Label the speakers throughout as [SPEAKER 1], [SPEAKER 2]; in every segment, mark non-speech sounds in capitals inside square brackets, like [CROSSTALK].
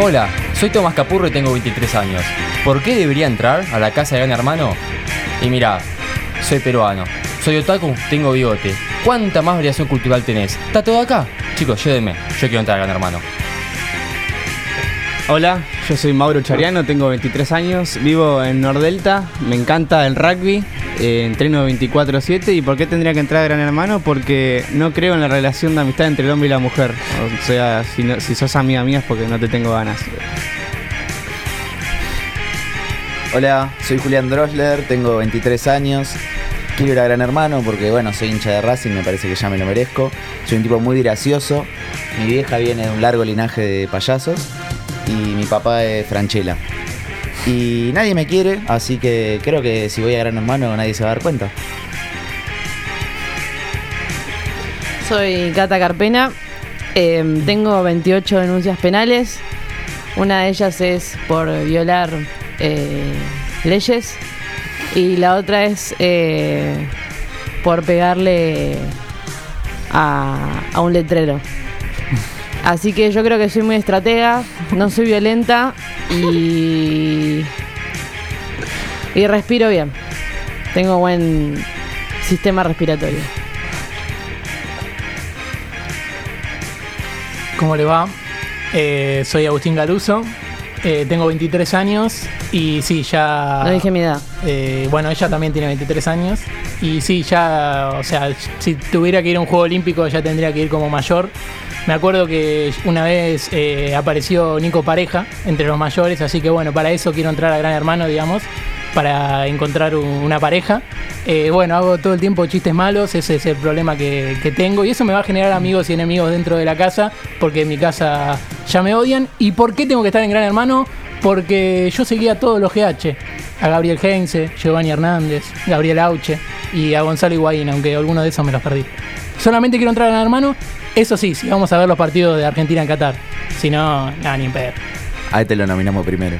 [SPEAKER 1] Hola, soy Tomás Capurro y tengo 23 años. ¿Por qué debería entrar a la casa de gran hermano? Y mirá, soy peruano, soy otaku, tengo bigote. ¿Cuánta más variación cultural tenés? ¿Está todo acá? Chicos, llévenme, yo quiero entrar a gran hermano.
[SPEAKER 2] Hola, yo soy Mauro Chariano, tengo 23 años, vivo en Nordelta, me encanta el rugby, eh, entreno 24/7 y ¿por qué tendría que entrar a Gran Hermano? Porque no creo en la relación de amistad entre el hombre y la mujer. O sea, si, no- si sos amiga mía es porque no te tengo ganas.
[SPEAKER 3] Hola, soy Julián Drosler, tengo 23 años. Quiero ir a Gran Hermano porque, bueno, soy hincha de Racing, me parece que ya me lo merezco. Soy un tipo muy gracioso. Mi vieja viene de un largo linaje de payasos y mi papá es Franchella. Y nadie me quiere, así que creo que si voy a Gran Hermano nadie se va a dar cuenta.
[SPEAKER 4] Soy Cata Carpena, eh, tengo 28 denuncias penales, una de ellas es por violar eh, leyes y la otra es eh, por pegarle a, a un letrero. Así que yo creo que soy muy estratega, no soy violenta y, y respiro bien. Tengo buen sistema respiratorio.
[SPEAKER 5] ¿Cómo le va? Eh, soy Agustín Galuso, eh, tengo 23 años y sí, ya...
[SPEAKER 4] No dije mi edad.
[SPEAKER 5] Eh, bueno, ella también tiene 23 años. Y sí, ya, o sea, si tuviera que ir a un juego olímpico ya tendría que ir como mayor. Me acuerdo que una vez eh, apareció Nico Pareja entre los mayores, así que bueno, para eso quiero entrar a Gran Hermano, digamos, para encontrar un- una pareja. Eh, bueno, hago todo el tiempo chistes malos, ese es el problema que, que tengo y eso me va a generar amigos y enemigos dentro de la casa, porque en mi casa ya me odian. ¿Y por qué tengo que estar en Gran Hermano? Porque yo seguía a todos los GH a Gabriel Heinze, Giovanni Hernández, Gabriel Auche y a Gonzalo Higuaín, aunque alguno de esos me los perdí. Solamente quiero entrar a hermano, eso sí, si vamos a ver los partidos de Argentina en Qatar. Si no, nada, ni en pedo.
[SPEAKER 3] Ahí te este lo nominamos primero.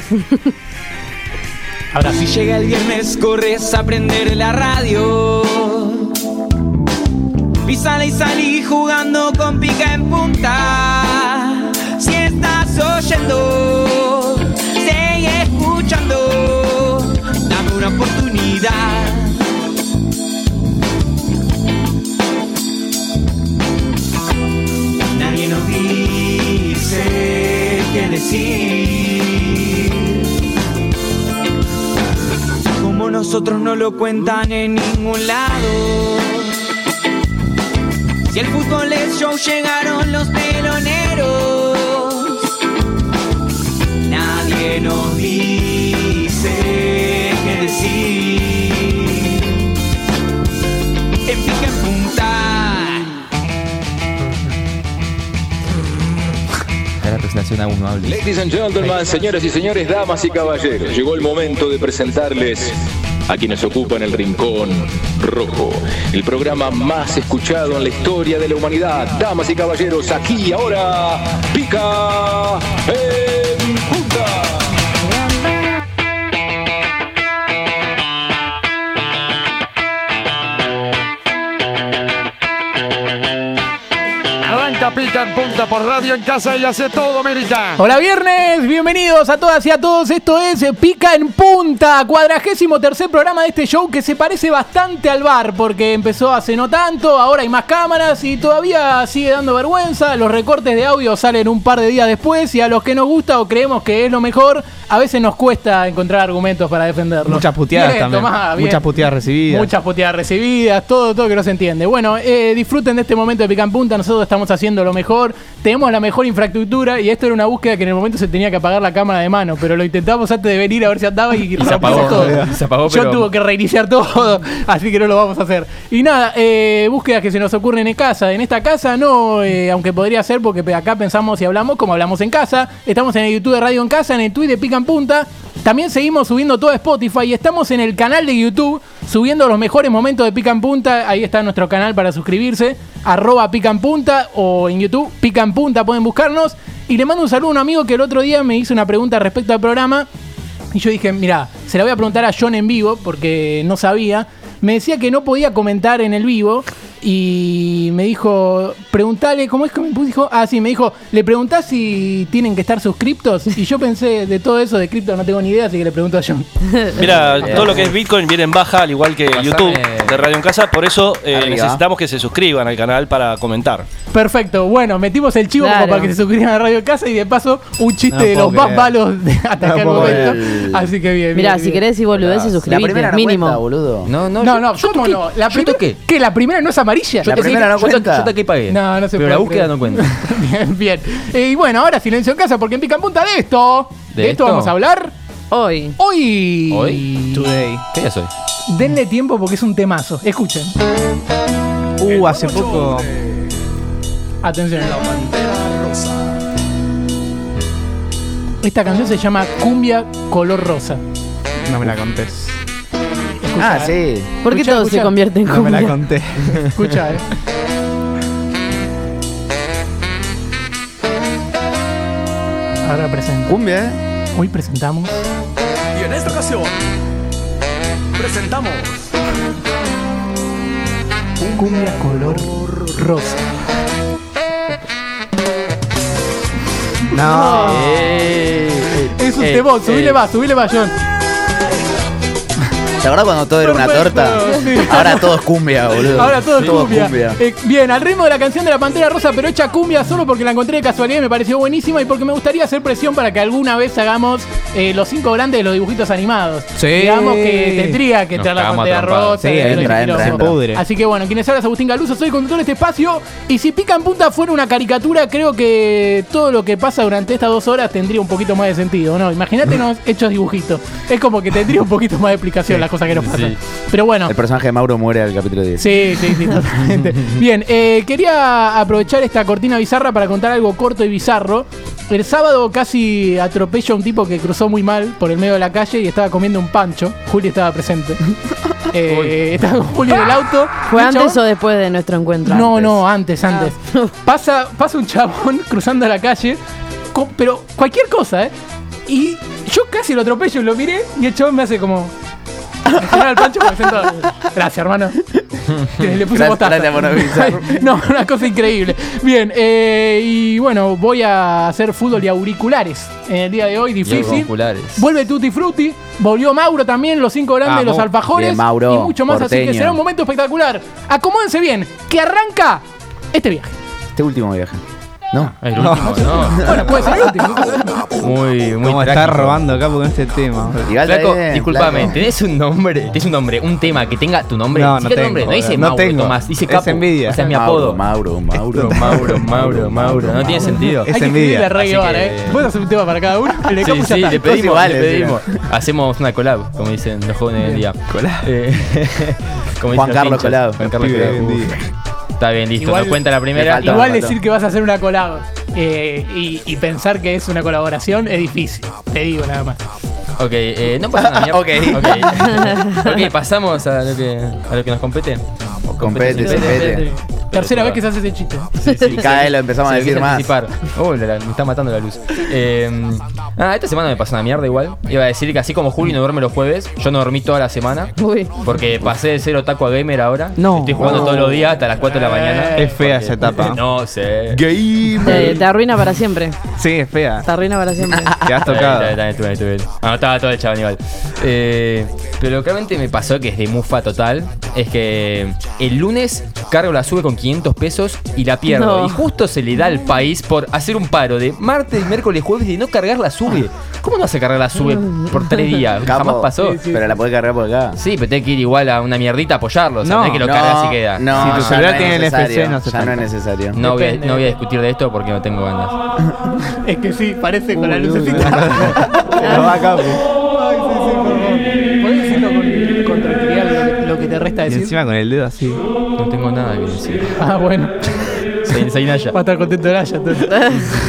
[SPEAKER 5] Abrazo.
[SPEAKER 6] Si llega el viernes, corres a prender la radio. Y sale y salí jugando con pica en punta. Si estás oyendo, sigue escuchando. Dame una oportunidad. Nadie nos dice qué decir. Como nosotros no lo cuentan en ningún lado. Si el fútbol es show, llegaron los peloneros. Nadie nos dice qué decir. En pica en punta.
[SPEAKER 1] La presentación aún no hable.
[SPEAKER 7] Ladies and gentlemen, señoras y señores, damas y caballeros, llegó el momento de presentarles a quienes ocupan el rincón rojo, el programa más escuchado en la historia de la humanidad. Damas y caballeros, aquí y ahora, pica en punta.
[SPEAKER 8] Arranca pica en punta por radio en casa y hace todo, Mirita.
[SPEAKER 5] Hola viernes, bienvenidos a todas y a todos. Esto es eh, Pica en Punta, cuadragésimo tercer programa de este show que se parece bastante al bar porque empezó hace no tanto, ahora hay más cámaras y todavía sigue dando vergüenza. Los recortes de audio salen un par de días después y a los que nos gusta o creemos que es lo mejor, a veces nos cuesta encontrar argumentos para defenderlo.
[SPEAKER 2] Muchas puteadas
[SPEAKER 5] Bien,
[SPEAKER 2] también.
[SPEAKER 5] Tomás, bien.
[SPEAKER 2] Muchas puteadas recibidas.
[SPEAKER 5] Muchas puteadas recibidas, todo, todo que no se entiende. Bueno, eh, disfruten de este momento de Pican Punta, nosotros estamos haciendo lo mejor, tenemos la mejor infraestructura y esto era una búsqueda que en el momento se tenía que apagar la cámara de mano, pero lo intentamos antes de venir a ver si andaba y, rompimos
[SPEAKER 1] apagó,
[SPEAKER 5] todo.
[SPEAKER 1] y se apagó,
[SPEAKER 5] Yo
[SPEAKER 1] pero-
[SPEAKER 5] tuve que reiniciar todo, [LAUGHS] así que no lo vamos a hacer. Y nada, eh, búsquedas que se nos ocurren en casa. En esta casa no, eh, aunque podría ser porque pe- acá pensamos y hablamos como hablamos en casa. Estamos en el YouTube de Radio en Casa, en el Twitch de Pica en Punta. También seguimos subiendo todo a Spotify y estamos en el canal de YouTube subiendo los mejores momentos de Pica en Punta. Ahí está nuestro canal para suscribirse, arroba Pica en Punta o en YouTube Pica en Punta, pueden buscarnos. Y le mando un saludo a un amigo que el otro día me hizo una pregunta respecto al programa y yo dije, mira, se la voy a preguntar a John en vivo porque no sabía. Me decía que no podía comentar en el vivo y me dijo, preguntale, ¿cómo es que me puso? Dijo, ah, sí, me dijo, le preguntás si tienen que estar suscriptos. Y yo pensé, de todo eso de cripto no tengo ni idea, así que le pregunto a John.
[SPEAKER 9] Mira, todo lo que es Bitcoin viene en baja, al igual que
[SPEAKER 1] Pasame-
[SPEAKER 9] YouTube de Radio en Casa. Por eso eh,
[SPEAKER 3] Arriba.
[SPEAKER 9] necesitamos que se suscriban al canal para comentar.
[SPEAKER 5] Perfecto, bueno, metimos el chivo como
[SPEAKER 4] Claro.
[SPEAKER 5] para que se suscriban a Radio Casa y de paso un chiste
[SPEAKER 2] No
[SPEAKER 5] de
[SPEAKER 2] puedo
[SPEAKER 5] los más
[SPEAKER 2] creer.
[SPEAKER 5] malos de hasta
[SPEAKER 2] No
[SPEAKER 5] acá el
[SPEAKER 2] puedo
[SPEAKER 5] momento.
[SPEAKER 3] creer.
[SPEAKER 5] Así que bien, bien,
[SPEAKER 4] Mirá,
[SPEAKER 5] bien.
[SPEAKER 4] si querés y volvés,
[SPEAKER 3] La primera
[SPEAKER 4] suscribite,
[SPEAKER 3] no cuenta,
[SPEAKER 4] mínimo.
[SPEAKER 3] boludo.
[SPEAKER 1] No, no,
[SPEAKER 5] No,
[SPEAKER 1] yo-
[SPEAKER 5] no,
[SPEAKER 1] yo
[SPEAKER 5] ¿cómo
[SPEAKER 1] toqué-
[SPEAKER 5] no? La
[SPEAKER 1] yo
[SPEAKER 5] primera-
[SPEAKER 1] toqué.
[SPEAKER 5] ¿Qué? ¿La primera no es amarilla?
[SPEAKER 3] La
[SPEAKER 1] Yo
[SPEAKER 3] primera no
[SPEAKER 1] yo toqué-
[SPEAKER 3] cuenta.
[SPEAKER 1] Yo toqué y pagué.
[SPEAKER 5] No, no se
[SPEAKER 1] Pero
[SPEAKER 5] puede
[SPEAKER 1] la búsqueda
[SPEAKER 5] creer.
[SPEAKER 1] no cuenta.
[SPEAKER 5] bien, bien. Eh, y bueno, ahora silencio en casa porque en pica en punta de esto.
[SPEAKER 1] ¿De
[SPEAKER 5] De, esto
[SPEAKER 1] esto?
[SPEAKER 5] vamos a hablar
[SPEAKER 4] Hoy.
[SPEAKER 5] hoy.
[SPEAKER 1] Hoy.
[SPEAKER 2] Today.
[SPEAKER 1] ¿Qué día soy?
[SPEAKER 5] Denle tiempo porque es un temazo. Escuchen.
[SPEAKER 2] Uh, hace poco.
[SPEAKER 5] Atención. Esta canción se llama Cumbia Color Rosa.
[SPEAKER 2] No me la contés.
[SPEAKER 5] Escucha,
[SPEAKER 3] Ah,
[SPEAKER 5] eh.
[SPEAKER 3] sí.
[SPEAKER 4] ¿Por qué
[SPEAKER 5] Escuchá,
[SPEAKER 4] todo se
[SPEAKER 5] escuchá.
[SPEAKER 4] convierte en
[SPEAKER 2] No me la
[SPEAKER 4] cumbia?
[SPEAKER 2] conté.
[SPEAKER 5] Escucha, eh. Ahora presento.
[SPEAKER 2] Cumbia, eh.
[SPEAKER 5] Hoy presentamos.
[SPEAKER 10] Y en esta ocasión presentamos
[SPEAKER 5] Cumbia Color Rosa.
[SPEAKER 2] No.
[SPEAKER 5] Es un
[SPEAKER 1] Eh,
[SPEAKER 5] temón,
[SPEAKER 1] eh.
[SPEAKER 5] subile más, subile más, John.
[SPEAKER 3] ¿Te acuerdas cuando todo era una torta? Ahora todo es cumbia, boludo.
[SPEAKER 5] Ahora todo es cumbia. Eh, bien, al ritmo de la canción de la Pantera Rosa, pero hecha cumbia solo porque la encontré de casualidad y me pareció buenísima y porque me gustaría hacer presión para que alguna vez hagamos eh, los cinco grandes de los dibujitos animados.
[SPEAKER 2] Sí.
[SPEAKER 5] Digamos que tendría que
[SPEAKER 1] Nos
[SPEAKER 5] entrar la
[SPEAKER 1] cagamos a
[SPEAKER 5] Pantera
[SPEAKER 1] trompadas.
[SPEAKER 2] Sí,
[SPEAKER 5] Rosa. y
[SPEAKER 2] entra,
[SPEAKER 5] los
[SPEAKER 3] entra,
[SPEAKER 5] Chipirofos.
[SPEAKER 3] entra.
[SPEAKER 2] Se pudre.
[SPEAKER 5] Así que bueno, quienes habla es Agustín Galuso, soy conductor de este espacio y si Pica en Punta fuera una caricatura, creo que todo lo que pasa durante estas dos horas tendría un poquito más de sentido, ¿no? Imagínate unos hechos dibujitos. Es como que tendría un poquito más de explicación las cosas que nos pasan.
[SPEAKER 1] Sí.
[SPEAKER 5] Pero bueno.
[SPEAKER 3] El personaje de Mauro muere al capítulo 10.
[SPEAKER 5] Sí, sí, sí, totalmente. Bien, eh, quería aprovechar esta cortina bizarra para contar algo corto y bizarro. El sábado casi atropello a un tipo que cruzó muy mal por el medio de la calle y estaba comiendo un pancho. Juli estaba presente. Eh, estaba con Juli en el auto.
[SPEAKER 4] [LAUGHS] ¿Fue
[SPEAKER 5] Un
[SPEAKER 4] antes
[SPEAKER 5] chabón-
[SPEAKER 4] o Ah. después de nuestro encuentro?
[SPEAKER 5] no, no, antes, antes.
[SPEAKER 4] [LAUGHS]
[SPEAKER 5] Pasa, pasa un chabón [LAUGHS] cruzando la calle, co- pero cualquier cosa, ¿eh? Y yo casi lo atropello, lo miré y el chabón me hace como. me señala el pancho
[SPEAKER 4] [LAUGHS]
[SPEAKER 5] porque siento- Gracias, hermano.
[SPEAKER 3] [LAUGHS]
[SPEAKER 5] Le le puse
[SPEAKER 3] Gracias-
[SPEAKER 5] mostaza.
[SPEAKER 3] gracias por
[SPEAKER 5] [LAUGHS]
[SPEAKER 3] avisar.
[SPEAKER 5] Ay, No, una cosa increíble. Bien, eh, y bueno, voy a hacer fútbol y auriculares en el día de hoy, difícil.
[SPEAKER 1] Populares.
[SPEAKER 5] Vuelve Tutti Frutti, volvió Mauro también, los cinco grandes,
[SPEAKER 2] Vamos.
[SPEAKER 5] los alfajores
[SPEAKER 3] Bien, Mauro,
[SPEAKER 5] y mucho más, así que
[SPEAKER 3] porteño.
[SPEAKER 5] será un momento espectacular. Acomódense bien, que arranca este viaje.
[SPEAKER 3] Este último viaje. No.
[SPEAKER 1] El último, no.
[SPEAKER 5] Bueno, puede ser el último.
[SPEAKER 1] Muy, muy.
[SPEAKER 2] ¿Cómo está
[SPEAKER 1] trágico.
[SPEAKER 2] robando acá con este tema? boludo.
[SPEAKER 3] Igual está
[SPEAKER 1] Flaco, este
[SPEAKER 3] bien,
[SPEAKER 1] disculpame,
[SPEAKER 3] flaco.
[SPEAKER 1] ¿tenés un nombre? ¿Tenés un nombre? ¿Un tema que tenga tu nombre?
[SPEAKER 2] No,
[SPEAKER 1] Sí
[SPEAKER 2] no
[SPEAKER 1] que tu
[SPEAKER 2] tengo,
[SPEAKER 1] nombre, No
[SPEAKER 2] boludo.
[SPEAKER 1] dice
[SPEAKER 2] No
[SPEAKER 1] Mauro,
[SPEAKER 2] tengo.
[SPEAKER 1] Tomás, dice
[SPEAKER 2] Es
[SPEAKER 1] Capo.
[SPEAKER 2] envidia.
[SPEAKER 1] O sea, mi apodo.
[SPEAKER 3] Mauro, Mauro, Mauro.
[SPEAKER 1] Mauro, Mauro, Mauro. No tiene sentido.
[SPEAKER 5] Hay que
[SPEAKER 2] envidia,
[SPEAKER 5] escribirle a Ray
[SPEAKER 1] así
[SPEAKER 5] Guevara,
[SPEAKER 1] que-
[SPEAKER 5] ¿eh? Vos haces un tema para cada uno, el de
[SPEAKER 1] Sí,
[SPEAKER 5] Capu ya
[SPEAKER 1] sí,
[SPEAKER 5] está.
[SPEAKER 1] le pedimos,
[SPEAKER 3] iguales,
[SPEAKER 1] le pedimos. Hacemos una collab, como dicen los jóvenes del día.
[SPEAKER 2] Collab.
[SPEAKER 1] Eh, [LAUGHS] como dicen los
[SPEAKER 3] Juan Carlos
[SPEAKER 1] hinchas.
[SPEAKER 3] Collab.
[SPEAKER 1] Juan Carlos
[SPEAKER 2] Pibe
[SPEAKER 1] Collab.
[SPEAKER 2] de hoy en día.
[SPEAKER 1] Está bien, listo.
[SPEAKER 5] Igual-
[SPEAKER 1] no cuenta la
[SPEAKER 3] Me
[SPEAKER 1] primera.
[SPEAKER 3] falta.
[SPEAKER 5] Igual
[SPEAKER 3] Mató.
[SPEAKER 5] decir que vas a hacer una colab eh, y, y pensar que es una colaboración es difícil, te digo nada más.
[SPEAKER 1] Ok, eh, no pasa nada.
[SPEAKER 3] [LAUGHS] Ok.
[SPEAKER 1] ok. Ok, pasamos a lo que, a lo que nos compete.
[SPEAKER 3] Compete, compete.
[SPEAKER 5] Tercera vez que se hace ese chiste.
[SPEAKER 3] Y [LAUGHS] cada vez lo empezamos a
[SPEAKER 1] Se
[SPEAKER 3] decir
[SPEAKER 1] empieza
[SPEAKER 3] más.
[SPEAKER 1] anticipar. Oh, la- la- me está matando la luz. Eh, ah, esta semana me pasó una mierda igual. Iba a decir que así como Juli no duerme los jueves, yo no dormí toda la semana.
[SPEAKER 4] [LAUGHS] Uy.
[SPEAKER 1] Porque pasé de ser otaku a gamer ahora.
[SPEAKER 2] No.
[SPEAKER 1] Estoy jugando
[SPEAKER 2] No.
[SPEAKER 1] todos los días hasta las 4 de la mañana.
[SPEAKER 2] Es fea esa etapa.
[SPEAKER 1] No sé.
[SPEAKER 4] Te, te arruina para siempre.
[SPEAKER 2] Sí, es fea.
[SPEAKER 4] Te arruina para [LAUGHS] siempre. Ah,
[SPEAKER 2] Te has
[SPEAKER 1] Está bien,
[SPEAKER 2] tocado.
[SPEAKER 1] Ah, está bien, está bien, estuve bien, estuve bien. Anotaba todo el chaval igual. Eh, pero lo que realmente me pasó, que es de mufa total, es que el lunes cargo la sube con 500 pesos y la pierdo.
[SPEAKER 4] No.
[SPEAKER 1] Y justo se le da al país por hacer un paro de martes, miércoles, jueves de no cargar la sube. ¿Cómo no vas a cargar la sube por tres días?
[SPEAKER 3] Capo.
[SPEAKER 1] Jamás pasó.
[SPEAKER 3] Pero la podés cargar por acá.
[SPEAKER 1] Sí, pero tenés que ir igual a una mierdita a apoyarlo. O sea,
[SPEAKER 2] No,
[SPEAKER 1] no es que lo cargas y queda.
[SPEAKER 3] No,
[SPEAKER 2] Si tu
[SPEAKER 3] ya
[SPEAKER 2] celular
[SPEAKER 3] no es
[SPEAKER 2] tiene NFC,
[SPEAKER 3] necesario,
[SPEAKER 2] no hace
[SPEAKER 3] Ya no es
[SPEAKER 2] falta.
[SPEAKER 3] necesario.
[SPEAKER 1] No voy, a,
[SPEAKER 5] Depende.
[SPEAKER 1] no voy a discutir de esto porque no tengo ganas.
[SPEAKER 5] [LAUGHS] Es que sí, parece con la lucecita.
[SPEAKER 2] No va acá.
[SPEAKER 5] [LAUGHS] ¿Podés decirlo con, con tranquilidad lo, lo que te resta
[SPEAKER 2] Y
[SPEAKER 5] decir?
[SPEAKER 2] encima con el dedo así.
[SPEAKER 1] No tengo nada que decir.
[SPEAKER 5] Ah, bueno.
[SPEAKER 1] Soy, soy Naya.
[SPEAKER 5] Va a estar contento Naya. entonces. [LAUGHS]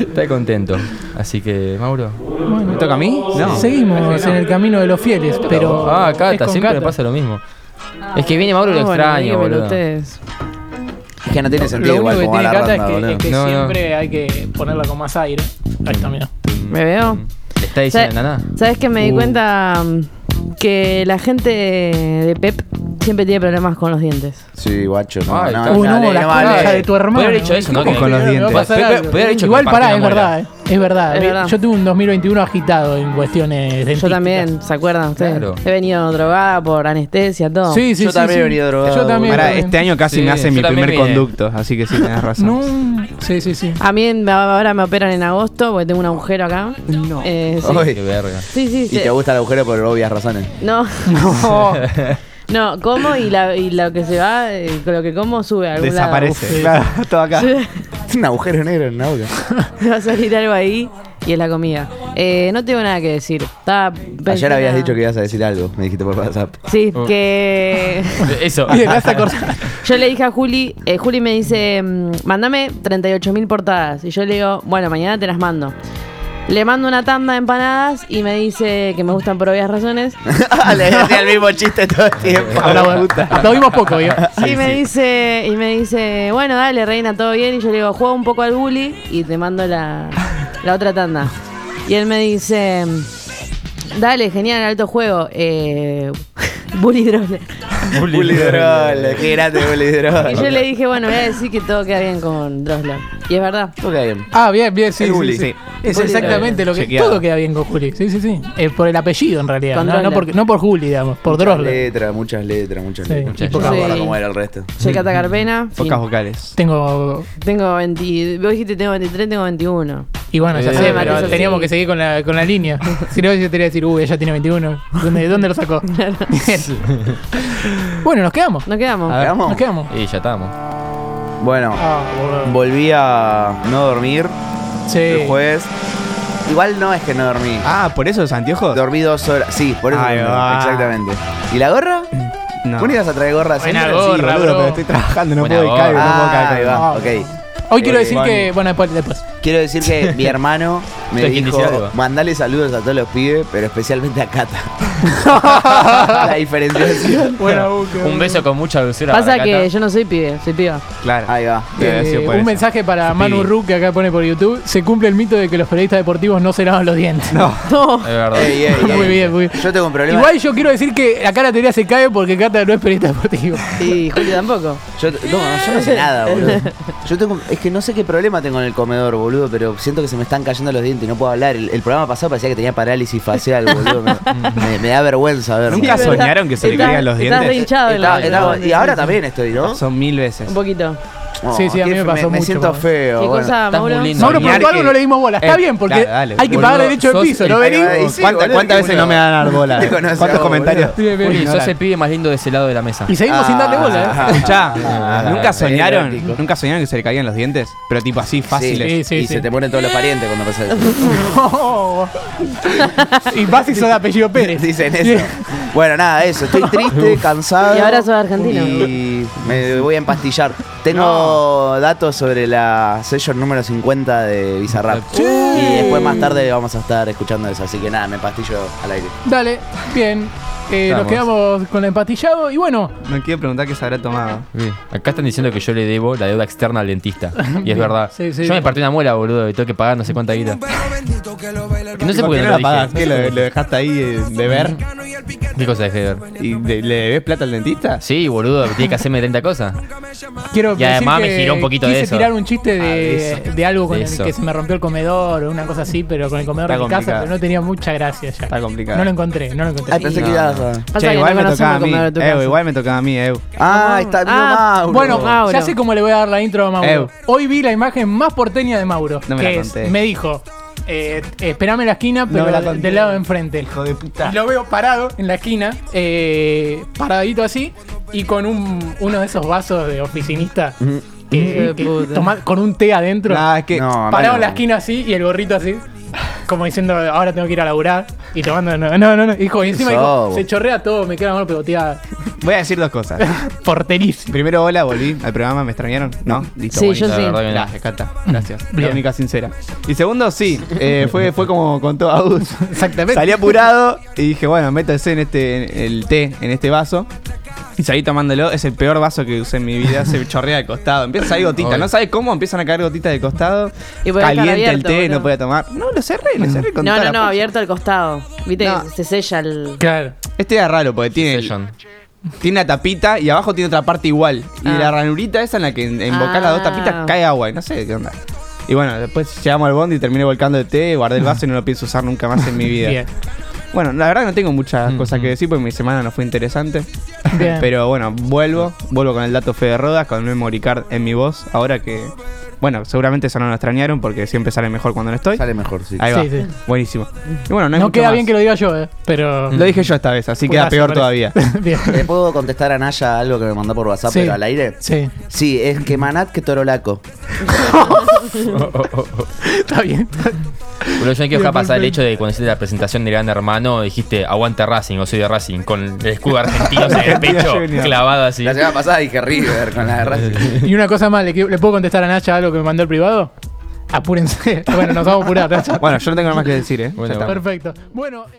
[SPEAKER 1] Está contento. Así que, Mauro.
[SPEAKER 5] Bueno,
[SPEAKER 2] ¿Me toca a mí? No.
[SPEAKER 5] Seguimos en el camino de los fieles, pero.
[SPEAKER 1] Ah,
[SPEAKER 5] es
[SPEAKER 1] Cata,
[SPEAKER 5] con
[SPEAKER 1] siempre le
[SPEAKER 5] Cata.
[SPEAKER 1] pasa lo mismo. Es que viene Mauro y lo
[SPEAKER 4] Ah, bueno,
[SPEAKER 1] extraño,
[SPEAKER 4] dígamelo
[SPEAKER 1] boludo.
[SPEAKER 4] ustedes.
[SPEAKER 3] Es que no tiene
[SPEAKER 5] Lo
[SPEAKER 3] sentido
[SPEAKER 5] único
[SPEAKER 3] igual
[SPEAKER 5] que
[SPEAKER 3] como va
[SPEAKER 5] tiene
[SPEAKER 3] la
[SPEAKER 5] Cata es
[SPEAKER 3] ronda,
[SPEAKER 5] que,
[SPEAKER 3] boludo.
[SPEAKER 5] es que
[SPEAKER 1] No, no.
[SPEAKER 5] siempre hay que ponerla con más aire. Ahí está, mira.
[SPEAKER 4] ¿Me veo?
[SPEAKER 1] ¿Te está
[SPEAKER 4] Sa- Uh.
[SPEAKER 1] diciendo nada?
[SPEAKER 4] ¿Sabes que me di
[SPEAKER 1] Uh.
[SPEAKER 4] cuenta mm, que la gente de Pep siempre tiene problemas con los dientes.
[SPEAKER 3] Sí, guacho. No,
[SPEAKER 1] Ay,
[SPEAKER 3] no,
[SPEAKER 1] está-
[SPEAKER 5] Uy, no,
[SPEAKER 3] Ah, dale,
[SPEAKER 5] la
[SPEAKER 3] vale.
[SPEAKER 5] concha de tu hermano.
[SPEAKER 1] Podría haber dicho eso, ¿no?
[SPEAKER 2] Con
[SPEAKER 1] Que-
[SPEAKER 2] los
[SPEAKER 1] podría-
[SPEAKER 2] dientes.
[SPEAKER 1] podría- podría- podría haber dicho que
[SPEAKER 5] Igual
[SPEAKER 1] partía
[SPEAKER 5] pará, es
[SPEAKER 1] la muela.
[SPEAKER 5] verdad, eh. es verdad.
[SPEAKER 4] Es
[SPEAKER 5] Vi-
[SPEAKER 4] verdad.
[SPEAKER 5] Yo tuve un 2021 agitado en cuestiones dentísticas.
[SPEAKER 4] Yo también, ¿se acuerdan ustedes?
[SPEAKER 1] Claro.
[SPEAKER 4] He venido drogada por anestesia, todo.
[SPEAKER 5] Sí, sí,
[SPEAKER 3] Yo
[SPEAKER 5] sí,
[SPEAKER 3] también
[SPEAKER 5] sí.
[SPEAKER 3] he venido drogado.
[SPEAKER 5] Yo también.
[SPEAKER 2] Pará,
[SPEAKER 5] también.
[SPEAKER 2] este año casi
[SPEAKER 1] Sí,
[SPEAKER 2] me hacen mi
[SPEAKER 1] yo también
[SPEAKER 2] primer
[SPEAKER 1] vine.
[SPEAKER 2] conducto, así que sí, tenés razón.
[SPEAKER 5] No, sí, sí, sí.
[SPEAKER 4] A mí me- ahora me operan en agosto porque tengo un agujero acá.
[SPEAKER 5] No.
[SPEAKER 4] Eh, sí.
[SPEAKER 3] Ay,
[SPEAKER 1] Qué verga.
[SPEAKER 4] sí, sí,
[SPEAKER 3] Y
[SPEAKER 4] sí.
[SPEAKER 3] te gusta el agujero por obvias razones.
[SPEAKER 4] No.
[SPEAKER 3] [LAUGHS]
[SPEAKER 4] No. No, como y, la, y lo que se va, eh, con lo que como sube a algún lado.
[SPEAKER 2] Desaparece. Claro, todo acá.
[SPEAKER 3] Es [LAUGHS] un agujero negro en la boca.
[SPEAKER 4] Me [LAUGHS] va a salir algo ahí y es la comida. Eh, no tengo nada que decir. Estaba
[SPEAKER 3] Ayer
[SPEAKER 4] pensando-
[SPEAKER 3] habías dicho que ibas a decir algo, me dijiste por WhatsApp.
[SPEAKER 4] Sí,
[SPEAKER 1] Oh.
[SPEAKER 4] que. [LAUGHS]
[SPEAKER 1] Eso.
[SPEAKER 5] Y de casa corta.
[SPEAKER 4] Yo le dije a Juli, eh, Juli me dice, mm, mándame 38.000 portadas. Y yo le digo, bueno, mañana te las mando. Le mando una tanda de empanadas y me dice que me gustan por obvias razones.
[SPEAKER 3] Le hacía [LAUGHS] el
[SPEAKER 2] [LAUGHS]
[SPEAKER 3] Eh, mismo chiste todo el tiempo.
[SPEAKER 5] Hablamos- [LAUGHS] Aplaudimos poco, ¿vio?
[SPEAKER 4] y me dice, y me dice, bueno, dale, reina, todo bien. Y yo le digo, juega un poco al bully y te mando la, la otra tanda. Y él me dice, dale, genial, alto juego. Eh, [LAUGHS] bully drone.
[SPEAKER 3] Bully Droll, qué grande Bully Droll.
[SPEAKER 4] Y yo le dije, bueno, voy a decir que todo queda bien con Drosler. Y es verdad.
[SPEAKER 3] Ok, bien.
[SPEAKER 5] Ah, bien, bien, sí.
[SPEAKER 2] El
[SPEAKER 5] sí,
[SPEAKER 2] bully.
[SPEAKER 5] sí.
[SPEAKER 2] Sí.
[SPEAKER 5] eh, Es
[SPEAKER 4] Bully.
[SPEAKER 5] exactamente lo que.
[SPEAKER 2] Chequeado.
[SPEAKER 5] Todo queda bien con Juli. Sí, sí, sí. Eh, por el apellido, en realidad.
[SPEAKER 4] Con
[SPEAKER 5] No, no,
[SPEAKER 4] Drossler.
[SPEAKER 5] por, no por Juli, digamos. Por
[SPEAKER 3] Muchas
[SPEAKER 5] Drosler.
[SPEAKER 3] letras, muchas letras, muchas
[SPEAKER 5] Sí,
[SPEAKER 3] letras.
[SPEAKER 5] y
[SPEAKER 3] Yo
[SPEAKER 5] pocas
[SPEAKER 3] no me acuerdo
[SPEAKER 4] voces.
[SPEAKER 3] cómo era el resto.
[SPEAKER 2] Mm.
[SPEAKER 4] Soy Cata Carpena. y
[SPEAKER 2] Pocas vocales.
[SPEAKER 5] Tengo.
[SPEAKER 4] Tengo 20. Vos dijiste tengo 23, tengo 21.
[SPEAKER 5] Y bueno, ya
[SPEAKER 1] Eh,
[SPEAKER 5] sé,
[SPEAKER 4] Mate,
[SPEAKER 5] pero
[SPEAKER 4] eso sí.
[SPEAKER 5] teníamos que seguir con la, con la línea. si no, yo te iba a decir, uy, ella tiene 21. ¿Dónde, dónde lo sacó? bueno, nos quedamos.
[SPEAKER 4] Nos quedamos.
[SPEAKER 1] A ver.
[SPEAKER 3] ¿Vamos?
[SPEAKER 5] Nos quedamos.
[SPEAKER 1] Y ya estamos.
[SPEAKER 3] Bueno,
[SPEAKER 5] Ah, boludo.
[SPEAKER 3] volví a no dormir
[SPEAKER 5] Sí.
[SPEAKER 3] el jueves. Igual no es que no dormí.
[SPEAKER 2] Ah, ¿por eso los anteojos?
[SPEAKER 3] Dormí dos horas. Sí, por eso.
[SPEAKER 2] Ahí
[SPEAKER 3] dormí,
[SPEAKER 2] va.
[SPEAKER 3] Exactamente. ¿Y la gorra?
[SPEAKER 2] No.
[SPEAKER 3] ¿Vos no ibas a traer gorra
[SPEAKER 5] Buena
[SPEAKER 3] siempre?
[SPEAKER 5] gorra.
[SPEAKER 2] Sí, boludo,
[SPEAKER 5] bro.
[SPEAKER 2] pero estoy trabajando, no
[SPEAKER 1] Buena
[SPEAKER 2] puedo
[SPEAKER 1] gorra.
[SPEAKER 2] caer, no puedo
[SPEAKER 3] Ah,
[SPEAKER 2] caer.
[SPEAKER 3] ahí va,
[SPEAKER 5] Ah.
[SPEAKER 3] ok.
[SPEAKER 5] Hoy quiero
[SPEAKER 3] Eh,
[SPEAKER 5] decir que. Bueno, después. después.
[SPEAKER 3] Quiero decir que mi hermano me
[SPEAKER 1] Entonces, ¿quién
[SPEAKER 3] dijo,
[SPEAKER 1] dice algo?
[SPEAKER 3] mandale saludos a todos los pibes, pero especialmente a Cata. la diferenciación.
[SPEAKER 1] [LAUGHS]
[SPEAKER 5] Buena boca.
[SPEAKER 1] Un beso con mucha dulzura.
[SPEAKER 4] Pasa
[SPEAKER 1] para Cata.
[SPEAKER 4] que yo no soy pibe, soy piba.
[SPEAKER 2] Claro.
[SPEAKER 3] Ahí va.
[SPEAKER 2] Debe haber
[SPEAKER 5] Eh,
[SPEAKER 2] sido por
[SPEAKER 5] un
[SPEAKER 2] eso.
[SPEAKER 5] mensaje para Manu Ru que acá pone por YouTube. Se cumple el mito de que los periodistas deportivos no se lavan los dientes.
[SPEAKER 4] No.
[SPEAKER 1] Es verdad.
[SPEAKER 3] Ey, eh, ey, ey.
[SPEAKER 5] Muy bien, muy bien.
[SPEAKER 3] Yo tengo un problema.
[SPEAKER 5] Igual yo quiero decir que acá la teoría se cae porque Cata no es periodista deportivo.
[SPEAKER 4] [LAUGHS] Y Juli tampoco.
[SPEAKER 3] Yo, no, yo no sé nada, boludo. Yo tengo, es que no sé qué problema tengo en el comedor, boludo, pero siento que se me están cayendo los dientes y no puedo hablar. El, el programa pasado parecía que tenía parálisis facial, boludo. Me, me- me da vergüenza verlo.
[SPEAKER 2] ¿Nunca
[SPEAKER 4] Sí, es
[SPEAKER 2] soñaron que se le
[SPEAKER 4] Estás-
[SPEAKER 2] caigan los
[SPEAKER 4] Estás
[SPEAKER 2] dientes?
[SPEAKER 4] hinchado en la
[SPEAKER 3] Estaba- estaba- y ahora también estoy, ¿no?
[SPEAKER 2] Son mil veces.
[SPEAKER 4] Un poquito.
[SPEAKER 3] Oh,
[SPEAKER 5] Sí, sí, a mí
[SPEAKER 3] qué
[SPEAKER 5] me
[SPEAKER 3] fe-
[SPEAKER 5] pasó
[SPEAKER 3] Me
[SPEAKER 5] mucho,
[SPEAKER 3] siento
[SPEAKER 5] boludo.
[SPEAKER 3] feo.
[SPEAKER 4] ¿Qué
[SPEAKER 3] bueno.
[SPEAKER 4] cosa,
[SPEAKER 1] estás muy
[SPEAKER 4] Mauro?
[SPEAKER 1] lindo.
[SPEAKER 5] Mauro,
[SPEAKER 2] Soñar
[SPEAKER 5] por algo
[SPEAKER 2] que-
[SPEAKER 5] no le dimos bola. Está
[SPEAKER 2] Eh,
[SPEAKER 5] bien, porque
[SPEAKER 2] claro, dale,
[SPEAKER 5] hay que
[SPEAKER 1] boludo,
[SPEAKER 5] pagar derecho de
[SPEAKER 1] sos
[SPEAKER 5] piso,
[SPEAKER 1] el-
[SPEAKER 5] ¿no
[SPEAKER 1] Ahí
[SPEAKER 5] venís?
[SPEAKER 3] va, y sí,
[SPEAKER 2] ¿Cuántas,
[SPEAKER 3] boludo,
[SPEAKER 2] cuántas
[SPEAKER 3] qué
[SPEAKER 2] veces no me van a dar bola?
[SPEAKER 3] [LAUGHS] Te conoce,
[SPEAKER 2] ¿Cuántos
[SPEAKER 3] boludo.
[SPEAKER 2] comentarios?
[SPEAKER 5] Bien, bien.
[SPEAKER 1] Juli,
[SPEAKER 2] no,
[SPEAKER 1] sos
[SPEAKER 2] dale.
[SPEAKER 1] el pibe más lindo de ese lado de la mesa.
[SPEAKER 5] Y seguimos sin darle bola, ¿eh? [LAUGHS]
[SPEAKER 2] Escuchá,
[SPEAKER 3] Ah,
[SPEAKER 2] ¿nunca
[SPEAKER 3] es erótico.
[SPEAKER 2] soñaron, ¿nunca soñaron que se le caían los dientes? Pero tipo así, fáciles.
[SPEAKER 5] Sí, sí,
[SPEAKER 3] y
[SPEAKER 5] sí.
[SPEAKER 3] se te ponen todos los parientes cuando pasa [LAUGHS] eso.
[SPEAKER 5] y vas y sos de apellido
[SPEAKER 3] [LAUGHS]
[SPEAKER 5] Pérez.
[SPEAKER 3] Dicen eso. Bueno, nada, eso. Estoy
[SPEAKER 4] [LAUGHS]
[SPEAKER 3] triste, cansado.
[SPEAKER 4] Y ahora sos argentino.
[SPEAKER 3] Y me voy a empastillar. Tengo datos sobre la session número 50 de Bizarrap. Y después más tarde vamos a estar escuchando eso. Así que nada, me pastillo al aire.
[SPEAKER 5] Dale, bien. Eh, nos
[SPEAKER 2] Estamos.
[SPEAKER 5] quedamos con el empastillado y bueno,
[SPEAKER 2] Me quiero preguntar qué se habrá tomado.
[SPEAKER 1] Sí. Acá están diciendo que yo le debo la deuda externa al dentista. Y es verdad.
[SPEAKER 5] Sí, sí.
[SPEAKER 1] yo me partí una muela, boludo, y tengo que pagar no sé cuánta guita. Que No sé por qué no lo
[SPEAKER 2] la
[SPEAKER 1] dije.
[SPEAKER 2] pagás? ¿Qué, lo, lo dejaste ahí eh, de ver?
[SPEAKER 1] ¿Qué cosa dejé de ver?
[SPEAKER 2] ¿Y de- le debes plata al dentista?
[SPEAKER 1] Sí, boludo, tiene que hacerme 30 cosas.
[SPEAKER 5] quiero
[SPEAKER 1] Y además
[SPEAKER 5] decir
[SPEAKER 1] me
[SPEAKER 5] que
[SPEAKER 1] giró un poquito de
[SPEAKER 5] quise
[SPEAKER 1] eso.
[SPEAKER 5] tirar un chiste de, de algo con
[SPEAKER 1] de
[SPEAKER 5] el
[SPEAKER 1] eso.
[SPEAKER 5] que se me rompió el comedor o una cosa así, pero con el comedor
[SPEAKER 2] Está
[SPEAKER 5] de mi casa,
[SPEAKER 2] complicado.
[SPEAKER 5] pero no tenía mucha gracia ya.
[SPEAKER 2] Está complicado.
[SPEAKER 5] No lo encontré, no lo encontré.
[SPEAKER 3] Ay, pensé
[SPEAKER 2] No,
[SPEAKER 3] que ibas a.
[SPEAKER 4] Pasa
[SPEAKER 2] Che,
[SPEAKER 4] que
[SPEAKER 2] igual
[SPEAKER 4] no
[SPEAKER 2] me
[SPEAKER 4] conocemos
[SPEAKER 2] tocaba a
[SPEAKER 4] el
[SPEAKER 2] mí.
[SPEAKER 4] comedor de tu
[SPEAKER 2] Ew,
[SPEAKER 4] casa.
[SPEAKER 2] igual me tocaba a mí, Ew.
[SPEAKER 3] Ah, está vino
[SPEAKER 4] Ah,
[SPEAKER 3] Mauro.
[SPEAKER 5] Bueno,
[SPEAKER 4] Mauro.
[SPEAKER 5] ya sé cómo le voy a dar la intro a Mauro.
[SPEAKER 2] Eu.
[SPEAKER 5] Hoy vi la imagen más porteña de Mauro.
[SPEAKER 2] No me la
[SPEAKER 5] que es-
[SPEAKER 2] conté.
[SPEAKER 5] me dijo, eh, esperame en la esquina, pero
[SPEAKER 2] me la
[SPEAKER 5] de-
[SPEAKER 2] conté.
[SPEAKER 5] del lado de enfrente.
[SPEAKER 2] de puta.
[SPEAKER 5] Y lo veo parado en la esquina, eh, paradito así, y con un, uno de esos vasos de oficinista que-
[SPEAKER 4] Hijo de
[SPEAKER 5] que
[SPEAKER 4] puta.
[SPEAKER 5] toma- con un té adentro.
[SPEAKER 2] Nah, es que.
[SPEAKER 3] No,
[SPEAKER 5] parado
[SPEAKER 3] Mauro.
[SPEAKER 5] en la esquina así y el gorrito así. [LAUGHS] Como diciendo, ahora tengo que ir a laburar. Y tomando, no, no, no. no. Hijo, y encima dijo,
[SPEAKER 3] Sobo.
[SPEAKER 5] se chorrea todo, me queda la mano pegoteada.
[SPEAKER 2] Voy a decir dos cosas.
[SPEAKER 5] Porterísimo.
[SPEAKER 2] Primero, hola, volví al programa, ¿me extrañaron? ¿No? Listo,
[SPEAKER 4] Sí,
[SPEAKER 2] buenísimo.
[SPEAKER 4] yo
[SPEAKER 1] La
[SPEAKER 4] sí. Mm.
[SPEAKER 1] verdad que no.
[SPEAKER 2] Gracias, Cata. Gracias.
[SPEAKER 5] Bien.
[SPEAKER 2] La única sincera. Y segundo, sí, eh, fue, fue como contó
[SPEAKER 4] [LAUGHS]
[SPEAKER 2] Agus.
[SPEAKER 5] Exactamente.
[SPEAKER 2] Salí apurado y dije, bueno, métase en este, en el té, en este vaso. Y salí tomándolo, es el peor vaso que usé en mi vida, se chorrea de costado. Empieza a salir gotita,
[SPEAKER 1] Ay.
[SPEAKER 2] no sabes cómo, empiezan a caer gotitas de costado.
[SPEAKER 4] Y podés dejar
[SPEAKER 2] Caliente el
[SPEAKER 4] abierto,
[SPEAKER 2] té,
[SPEAKER 4] boludo.
[SPEAKER 2] no podía tomar. No, lo cerré, lo cerré con
[SPEAKER 4] No,
[SPEAKER 2] toda la
[SPEAKER 4] no, no,
[SPEAKER 2] fuerza.
[SPEAKER 4] abierto al costado. Viste
[SPEAKER 2] No.
[SPEAKER 4] que se sella el.
[SPEAKER 5] Claro.
[SPEAKER 2] Este era raro porque tiene
[SPEAKER 1] Session.
[SPEAKER 2] tiene una tapita y abajo tiene otra parte igual. Y la ranurita esa en la que en- embocás las dos
[SPEAKER 4] Ah.
[SPEAKER 2] tapitas cae agua. y No sé qué onda. Y bueno, después llegamos al bondi y terminé volcando el té, guardé el vaso y no lo pienso usar nunca más en mi vida.
[SPEAKER 5] Bien. Mm,
[SPEAKER 2] Bueno, la verdad que no tengo muchas cosas que decir porque mi semana no fue interesante.
[SPEAKER 5] [LAUGHS] Bien.
[SPEAKER 2] Pero bueno, vuelvo, vuelvo con el dato Fede Rodas, con Memory Card en mi voz, ahora que... Bueno, seguramente eso no lo extrañaron porque siempre sale mejor cuando no estoy.
[SPEAKER 3] Sale mejor, sí.
[SPEAKER 2] Ahí va.
[SPEAKER 5] Sí, sí.
[SPEAKER 2] Buenísimo. Y bueno, no, hay
[SPEAKER 5] No
[SPEAKER 2] mucho
[SPEAKER 5] queda
[SPEAKER 2] más. Mm.
[SPEAKER 5] bien que lo diga yo, eh, pero.
[SPEAKER 2] Lo dije yo esta vez, así queda
[SPEAKER 5] Gracias,
[SPEAKER 2] peor
[SPEAKER 5] parece.
[SPEAKER 2] todavía.
[SPEAKER 5] [LAUGHS]
[SPEAKER 2] Eh.
[SPEAKER 5] Bien.
[SPEAKER 3] ¿Le puedo contestar a Naya algo que me mandó por WhatsApp,
[SPEAKER 5] Sí.
[SPEAKER 3] pero al aire?
[SPEAKER 5] Sí,
[SPEAKER 3] Sí, es que Manat que Torolaco.
[SPEAKER 5] está bien.
[SPEAKER 1] [LAUGHS] Pero yo no quiero dejar pasar el hecho de que cuando hiciste la presentación de Gran Hermano dijiste aguante Racing, o soy de Racing, con el escudo argentino en el pecho
[SPEAKER 2] Junior.
[SPEAKER 1] clavado así.
[SPEAKER 3] La semana pasada dije River con la de [LAUGHS] Racing.
[SPEAKER 5] Y una cosa más, ¿le, qui- le puedo contestar a Nacha algo que me mandó el privado? Apúrense. [LAUGHS] Bueno, nos vamos a apurar, Nacha.
[SPEAKER 2] Bueno, yo no tengo nada más que decir, ¿eh? Ya está.
[SPEAKER 5] Perfecto. Bueno.